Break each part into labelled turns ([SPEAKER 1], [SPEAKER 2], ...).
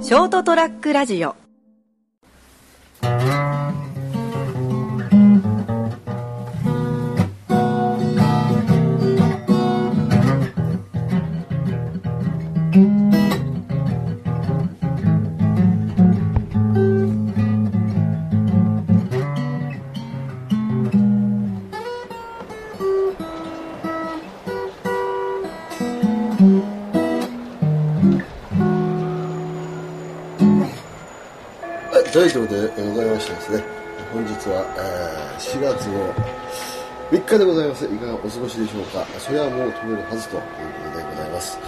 [SPEAKER 1] ショートトラックラジオ
[SPEAKER 2] はい、ということでございましてですね、本日は、えー4月の3日でございます。いかがお過ごしでしょうか。それはもう飛べるはずということでございます。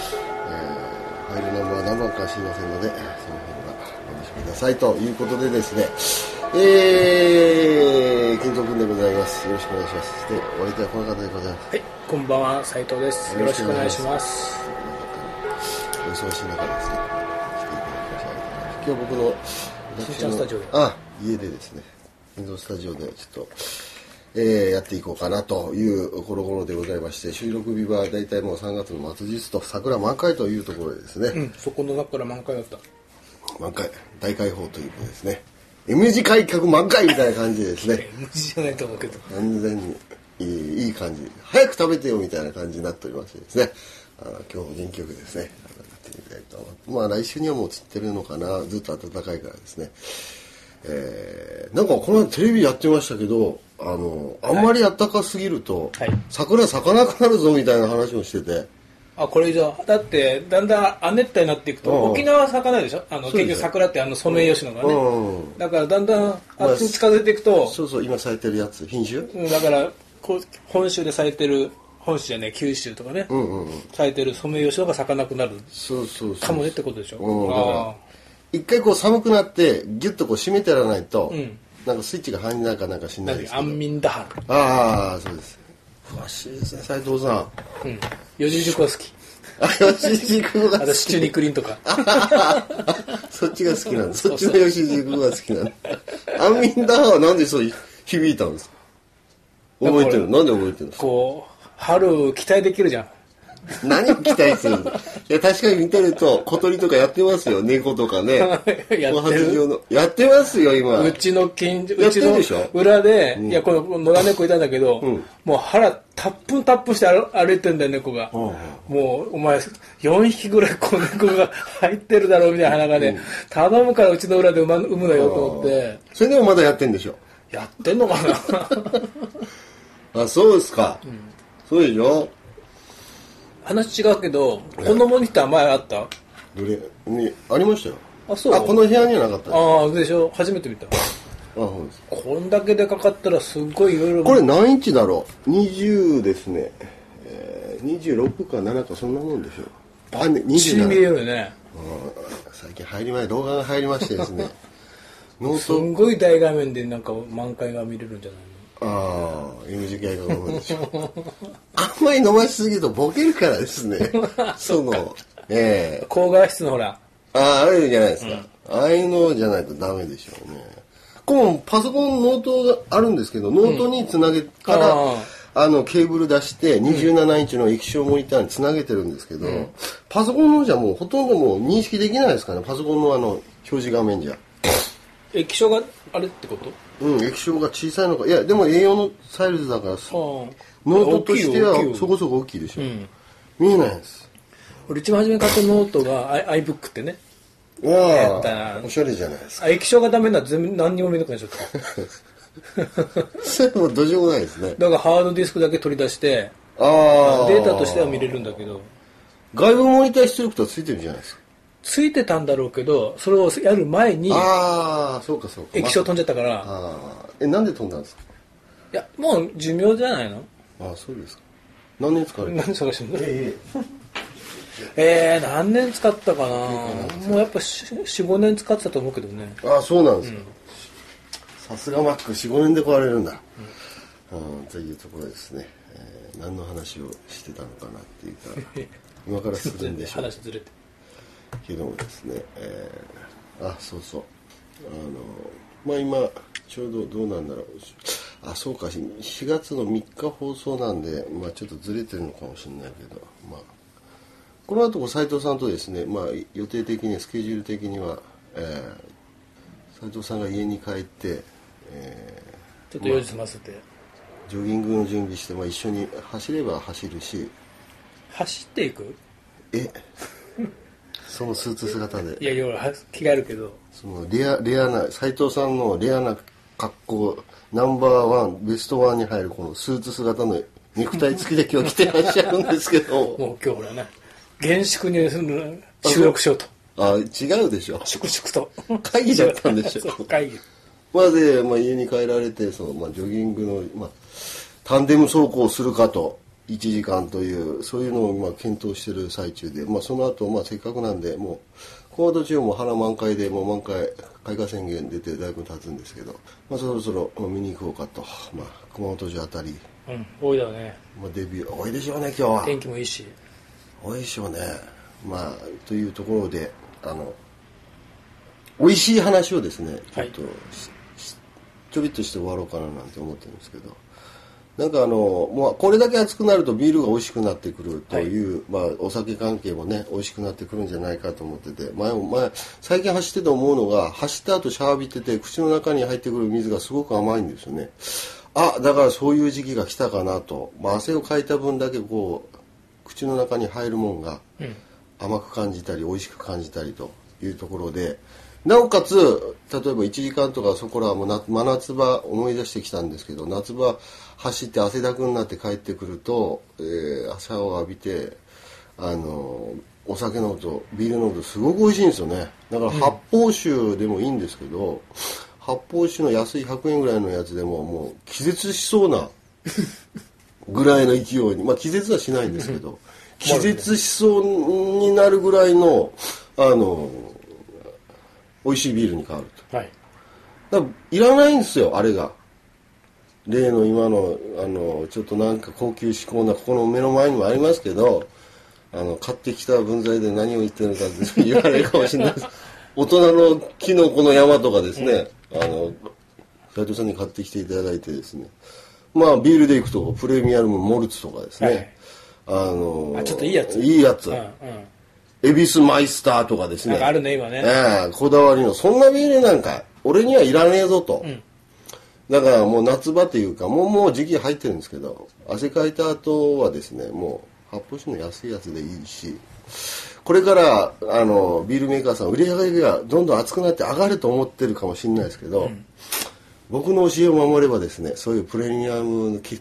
[SPEAKER 2] えーファイルナンバーは何番かは知りませんので、その辺はご了承くださいということでですね、えー、健く君でございます。よろしくお願いします。で、お相手はこの方でございます。
[SPEAKER 3] はい、こんばんは、斉藤です。よろしくお願いします。
[SPEAKER 2] お忙しい中ですね、来ていただきましてありがとうございます。今日僕の、
[SPEAKER 3] しんちゃんスタジオで
[SPEAKER 2] あ、家でですね、インドスタジオでちょっと、えーやっていこうかなという頃頃でございまして、収録日は大体もう3月の末日と桜満開というところでですね、
[SPEAKER 3] うん、そこの中から満開だった。
[SPEAKER 2] 満開、大開放ということですね、M 字開脚満開みたいな感じでですね、
[SPEAKER 3] 無事じゃないと思うけど。
[SPEAKER 2] 完全にいいいい感じ早く食べてよみたいな感じになっておりましてですねあの今日も元気よくですねあのやってみたいと思うまあ来週にはもう散ってるのかなずっと暖かいからですねえーなんかこの間テレビやってましたけどあのあんまり暖かすぎると、
[SPEAKER 3] はい
[SPEAKER 2] 桜咲かなくなるぞみたいな話をしてて
[SPEAKER 3] あ、これじゃ、だって、だんだん亜熱帯になっていく
[SPEAKER 2] うん
[SPEAKER 3] と、沖縄は咲かないでしょあの、
[SPEAKER 2] そうです
[SPEAKER 3] 結局桜ってあの、ソメイヨシノがね。
[SPEAKER 2] うん
[SPEAKER 3] だから、だんだん、
[SPEAKER 2] まあ
[SPEAKER 3] あっちに近づいていくと、
[SPEAKER 2] そうそう今咲いてるやつ品種
[SPEAKER 3] うん、だから、こう本州で咲いてる、本州じゃね、九州とかね、
[SPEAKER 2] うんうんうん
[SPEAKER 3] 咲いてるソメイヨシノが咲かなくなる
[SPEAKER 2] そうそうそう
[SPEAKER 3] かもねってことでしょ
[SPEAKER 2] うんだから
[SPEAKER 3] あ
[SPEAKER 2] 一回こう寒くなってギュッとこう締めてやらないと、
[SPEAKER 3] ん
[SPEAKER 2] なんかスイッチが入んないかなんかしん
[SPEAKER 3] ー
[SPEAKER 2] な
[SPEAKER 3] ない
[SPEAKER 2] で
[SPEAKER 3] んです
[SPEAKER 2] けど
[SPEAKER 3] 安眠打破。
[SPEAKER 2] ああそうです詳しいですね斉藤さん
[SPEAKER 3] うん。四字熟は好き。
[SPEAKER 2] あ吉井君が
[SPEAKER 3] あと、シチューニクリンとか。
[SPEAKER 2] そっちが好きなんだそっ
[SPEAKER 3] そう
[SPEAKER 2] ち
[SPEAKER 3] そう
[SPEAKER 2] の吉井君が好きなんだ安眠打破はなんでそう響いたんですか覚えてるなんで覚えてるんですか
[SPEAKER 3] こう、春期待できるじゃん。
[SPEAKER 2] 何を期待するんですいや確かに見てると小鳥とかやってますよ猫とかね
[SPEAKER 3] やってる
[SPEAKER 2] ご発情のやってますよ今
[SPEAKER 3] うちの近所、
[SPEAKER 2] や
[SPEAKER 3] う
[SPEAKER 2] って
[SPEAKER 3] ち
[SPEAKER 2] る
[SPEAKER 3] の
[SPEAKER 2] でしょ
[SPEAKER 3] 裏で、いや、この野良猫いたんだけど、もう腹たっぷんたっぷんして歩歩いてんだよ、猫が。
[SPEAKER 2] んうん
[SPEAKER 3] もう、お前、4匹ぐらいこの猫が入ってるだろうみたいな鼻がね、頼むからうちの裏で産ま産むのよと思って、
[SPEAKER 2] それでもまだやってんでしょ
[SPEAKER 3] やってんのかな
[SPEAKER 2] あそうですか、そうでしょ
[SPEAKER 3] 話違うけど、このモニター前あった
[SPEAKER 2] どれにありましたよ
[SPEAKER 3] あそう
[SPEAKER 2] あこの部屋にはなかったあ
[SPEAKER 3] ああ、でしょ初めて見た。
[SPEAKER 2] そうです
[SPEAKER 3] こんだけでかかったらすっごいいろいろ。
[SPEAKER 2] これ何インチだろう20ですね、えー、26か7かそんなもんでしょうあね
[SPEAKER 3] 一見え
[SPEAKER 2] 27
[SPEAKER 3] るよね。
[SPEAKER 2] うん最近入り前動画が入りましてです ねノ
[SPEAKER 3] すん
[SPEAKER 2] ー
[SPEAKER 3] ごい大画面でなんか満開が見れるんじゃないの
[SPEAKER 2] トああ M 字開が飲むでしょあんまり飲ましすぎるとボケるからです ねそのええ
[SPEAKER 3] 高画質のほら、
[SPEAKER 2] あああれじゃないですか、ああいうのじゃないとダメでしょうねこれもパソコンノートがあるんですけどノートにつなげから、
[SPEAKER 3] あ
[SPEAKER 2] あのケーブル出して27インチの液晶モニターにつなげてるんですけど、パソコンのじゃもうほとんどもう認識できないですからねパソコンのあの表示画面じゃ
[SPEAKER 3] 液晶があれってこと
[SPEAKER 2] うん液晶が小さいのかいやでも A4 のサイズだからすノ
[SPEAKER 3] あ
[SPEAKER 2] ートとしては
[SPEAKER 3] 大きいよ大きいよ
[SPEAKER 2] そこそこ大きいでしょ、
[SPEAKER 3] うん。
[SPEAKER 2] 見えないです
[SPEAKER 3] 俺一番初めに買ったノートがアイ iBook ってね。
[SPEAKER 2] わ
[SPEAKER 3] っ
[SPEAKER 2] あ
[SPEAKER 3] た
[SPEAKER 2] おしゃれじゃないですか
[SPEAKER 3] あ液晶がダメなら全部何にも見えなくなっちゃった。
[SPEAKER 2] そ れもうどうしようもないですね
[SPEAKER 3] だからハードディスクだけ取り出して、
[SPEAKER 2] ああ
[SPEAKER 3] データとしては見れるんだけど、
[SPEAKER 2] 外部モニター出力とはついてるじゃないですか。
[SPEAKER 3] ついてたんだろうけど、それをやる前に
[SPEAKER 2] ああ、そうかそうか。
[SPEAKER 3] 液晶
[SPEAKER 2] ま
[SPEAKER 3] 飛んじゃったから、
[SPEAKER 2] ああ、え、なんで飛んだんですか
[SPEAKER 3] いや、もう寿命じゃないの
[SPEAKER 2] ああ、そうですか。何年使われてる
[SPEAKER 3] 何探してんのえー、何年使ったかなもうやっぱ4、5年使ってたと思うけどね。
[SPEAKER 2] ああ、そうなんですか。さすがマック、4、5年で壊れるんだ。うん、というところですね。えー何の話をしてたのかなっていうか、今からするんでしょう
[SPEAKER 3] 話ずれて。
[SPEAKER 2] けどもですね、えーあ、そうそう。あの、まあ今、ちょうどどうなんだろう。あ、そうか、4月の3日放送なんで、まあちょっとずれてるのかもしれないけど、まあこの後も斉藤さんとですね、まあ、予定的にはスケジュール的には、えー、斉藤さんが家に帰って、え
[SPEAKER 3] ちょっと用事済ませて、
[SPEAKER 2] ージョギングの準備して、まあ、一緒に走れば走るし
[SPEAKER 3] 走っていく
[SPEAKER 2] え そのスーツ姿で
[SPEAKER 3] いやいや俺は着替えるけど
[SPEAKER 2] そのレアレアな斉藤さんのレアな格好ナンバーワンベストワンに入るこのスーツ姿のネクタイ付きで今日着てらっしゃるんですけ ど
[SPEAKER 3] もう今日ほらな厳粛にその収録しようと
[SPEAKER 2] あ違うでしょ
[SPEAKER 3] 粛々と
[SPEAKER 2] 会議だったんでしょ
[SPEAKER 3] そう会議
[SPEAKER 2] まあで、まあ、家に帰られてその、まあ、ジョギングの、まあ、タンデム走行をするかと1時間というそういうのをまあ検討してる最中で、まあ、その後、まあせっかくなんでもう高度中も腹満開でもう満開開花宣言出てだいぶ経つんですけど、まあ、そろそろまあ見に行こうかと、まあ、熊本城あたり、
[SPEAKER 3] うん多いだろうね
[SPEAKER 2] まあ、デビュー多いでしょうね今日は
[SPEAKER 3] 天気もいいし
[SPEAKER 2] 多いでしょうねまあというところであの美味しい話をですねちょ
[SPEAKER 3] は
[SPEAKER 2] っ
[SPEAKER 3] い
[SPEAKER 2] と、ししちょびっとして終わろうかななんて思ってるんですけどなんかあのもうこれだけ熱くなるとビールが美味しくなってくるという、まあ、お酒関係もね美味しくなってくるんじゃないかと思ってて前も前最近走ってて思うのが走った後シャービってて口の中に入ってくる水がすごく甘いんですよねあだからそういう時期が来たかなと、まあ、汗をかいた分だけこう口の中に入るもんが
[SPEAKER 3] うん
[SPEAKER 2] 甘く感じたり美味しく感じたりというところでなおかつ例えば1時間とかそこらはもうな真夏場思い出してきたんですけど夏場走って汗だくになって帰ってくると、えー、シャワーを浴びてあのお酒の音ビールの音すごく美味しいんですよねだから発泡酒でもいいんですけど、発泡酒の安い100円ぐらいのやつでももう気絶しそうなぐらいの勢いに、まあ、気絶はしないんですけど気絶しそうになるぐらいのあの美味しいビールに変わる
[SPEAKER 3] はい
[SPEAKER 2] とだからいらないんですよあれが例の今のあのちょっとなんか高級志向なここの目の前にもありますけどあの買ってきた分際で何を言ってるのかって言われるかもしれ ないです大人のキノコの山とかですね、あの斉藤さんに買ってきていただいてですねまあビールでいくとプレミアムモルツとかですね、あの
[SPEAKER 3] あちょっといいやつ
[SPEAKER 2] いいやつ、
[SPEAKER 3] うんうん
[SPEAKER 2] 恵比寿マイスターとかですね
[SPEAKER 3] なんかあるね今ね
[SPEAKER 2] ええこだわりのそんなビールなんか俺にはいらねえぞと、
[SPEAKER 3] ん
[SPEAKER 2] だからもう夏場というかもうもう時期入ってるんですけど汗かいた後はですねもう発泡酒の安いやつでいいしこれからあのビールメーカーさん売り上げがどんどん熱くなって上がると思ってるかもしれないですけど、僕の教えを守ればですねそういうプレミアムの系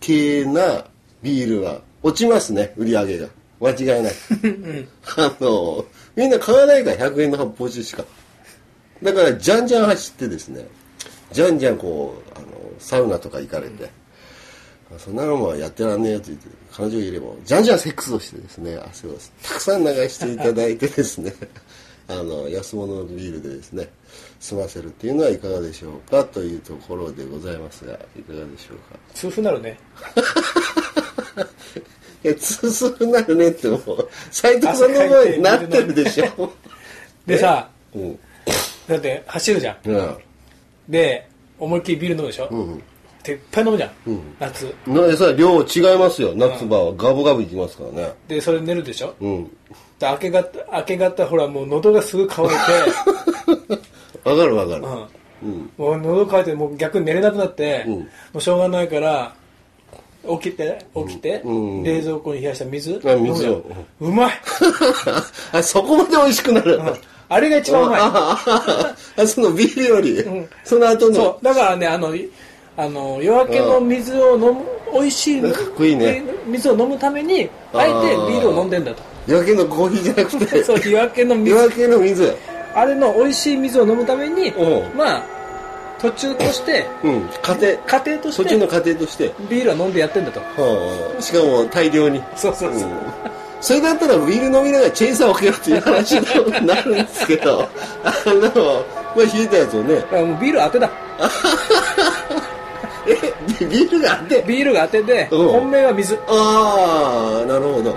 [SPEAKER 2] 系なビールは落ちますね売り上げが間違いない あのみんな買わないから100円の発泡酒しかだからじゃんじゃん走ってですねじゃんじゃんこうあのサウナとか行かれて、そんなのもやってらんねえよと言って彼女がいればじゃんじゃんセックスをしてですね汗をたくさん流していただいてですね あの安物のビールでですね済ませるっていうのはいかがでしょうかというところでございますがいかがでしょうか
[SPEAKER 3] 痛風なるね
[SPEAKER 2] いや痛痛になるねってもう斎藤さんの前になってるでしょ
[SPEAKER 3] でさ
[SPEAKER 2] うん
[SPEAKER 3] だって走るじゃん
[SPEAKER 2] うん
[SPEAKER 3] で思いっきりビール飲むでしょ、
[SPEAKER 2] うん
[SPEAKER 3] でいっぱい飲むじゃん、
[SPEAKER 2] うん
[SPEAKER 3] 夏
[SPEAKER 2] なさ量違いますよ夏場はガブガブいきますからね
[SPEAKER 3] でそれ寝るでしょ
[SPEAKER 2] うん
[SPEAKER 3] で明け方明け方ほらもう喉がすぐ乾いて、
[SPEAKER 2] わかるわかる
[SPEAKER 3] うん、
[SPEAKER 2] うん
[SPEAKER 3] もう喉乾いてもう逆に寝れなくなって、
[SPEAKER 2] うん
[SPEAKER 3] もうしょうがないから起きて起きて、
[SPEAKER 2] うんうん
[SPEAKER 3] 冷蔵庫に冷やした水
[SPEAKER 2] あ水を
[SPEAKER 3] 飲むじゃんうまい、
[SPEAKER 2] あそこまで美味しくなる、
[SPEAKER 3] うんあれが一番うま い
[SPEAKER 2] ああそのビールより、その後
[SPEAKER 3] そ
[SPEAKER 2] の
[SPEAKER 3] うだからねあのいあの夜明けの水を飲む美味しい
[SPEAKER 2] かっこいいね
[SPEAKER 3] 水を飲むためにあえてビールを飲んでんだと
[SPEAKER 2] 夜明けのコーヒーじゃなくて
[SPEAKER 3] そう夜明けの水
[SPEAKER 2] 夜明けの水
[SPEAKER 3] あれの美味しい水を飲むために
[SPEAKER 2] おう
[SPEAKER 3] まあ途中として
[SPEAKER 2] うん家庭
[SPEAKER 3] 家庭とし
[SPEAKER 2] 途中の
[SPEAKER 3] て
[SPEAKER 2] 家庭として、
[SPEAKER 3] ビールは飲んでやってんだと
[SPEAKER 2] はあ、しかも大量に
[SPEAKER 3] そうそうそう、
[SPEAKER 2] うんそれだったらビール飲みながらチェイサーを置けよっていう話になるんですけどあのまあ冷えたやつをね
[SPEAKER 3] だからもうビール当てだ
[SPEAKER 2] えでビールがあって
[SPEAKER 3] ビールが当てで
[SPEAKER 2] うん
[SPEAKER 3] 本命は水
[SPEAKER 2] ああなるほど、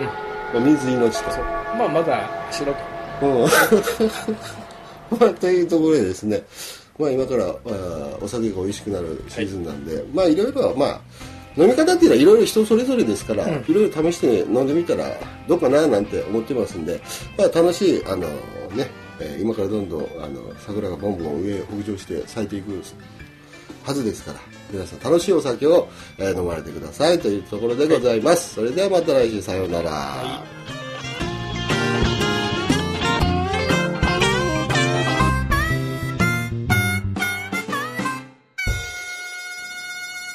[SPEAKER 2] お水命と
[SPEAKER 3] そうまあまだ白く
[SPEAKER 2] うん まあ、というところでですね、まあ、今から、まあ、お酒が美味しくなるシーズンなんで、まあいろいろはまあ飲み方っていうのはいろいろ人それぞれですから、いろいろ試して飲んでみたらどうかななんて思ってますんで、まあ、楽しいあのね、えー今からどんどんあの桜がボンボン上へ北上して咲いていくはずですから皆さん楽しいお酒を、えー飲まれてくださいというところでございます、それではまた来週さようなら、